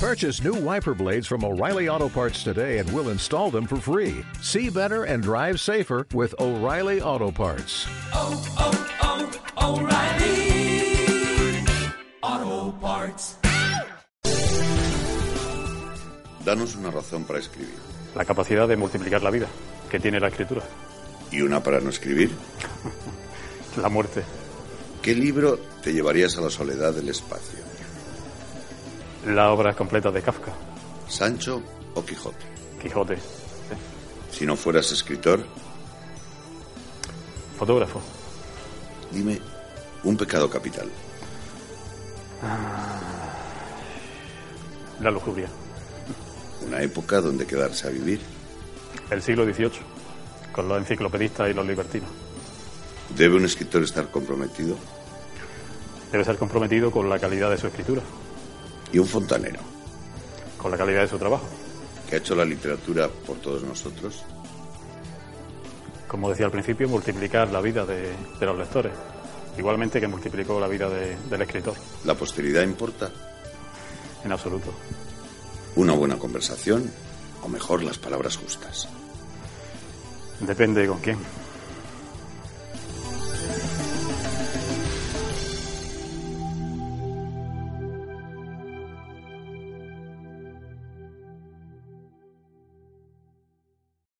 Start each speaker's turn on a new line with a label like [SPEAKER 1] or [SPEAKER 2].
[SPEAKER 1] Purchase new wiper blades from O'Reilly Auto Parts today and we'll install them for free. See better and drive safer with O'Reilly Auto Parts.
[SPEAKER 2] Oh, oh, oh, O'Reilly. Auto Parts.
[SPEAKER 3] Danos una razón para escribir
[SPEAKER 4] la capacidad de multiplicar la vida que tiene la escritura,
[SPEAKER 3] y una para no escribir.
[SPEAKER 4] la muerte,
[SPEAKER 3] ¿Qué libro te llevarías a la soledad del espacio?
[SPEAKER 4] la obra completa de Kafka,
[SPEAKER 3] ¿Sancho o Quijote?
[SPEAKER 4] Quijote,
[SPEAKER 3] Si no fueras escritor,
[SPEAKER 4] fotógrafo,
[SPEAKER 3] dime un pecado capital.
[SPEAKER 4] la lujuria,
[SPEAKER 3] Una época donde quedarse a vivir.
[SPEAKER 4] el siglo XVIII, con los enciclopedistas y los libertinos.
[SPEAKER 3] ¿Debe un escritor estar comprometido?
[SPEAKER 4] Debe ser comprometido con la calidad de su escritura,
[SPEAKER 3] Y un fontanero,
[SPEAKER 4] con la calidad de su trabajo.
[SPEAKER 3] que ha hecho la literatura por todos nosotros.
[SPEAKER 4] Como decía al principio, multiplicar la vida de, de los lectores, igualmente que multiplicó la vida de- del escritor,
[SPEAKER 3] La posteridad importa.
[SPEAKER 4] en absoluto.
[SPEAKER 3] Una buena conversación, o mejor, las palabras justas.
[SPEAKER 4] Depende con quién.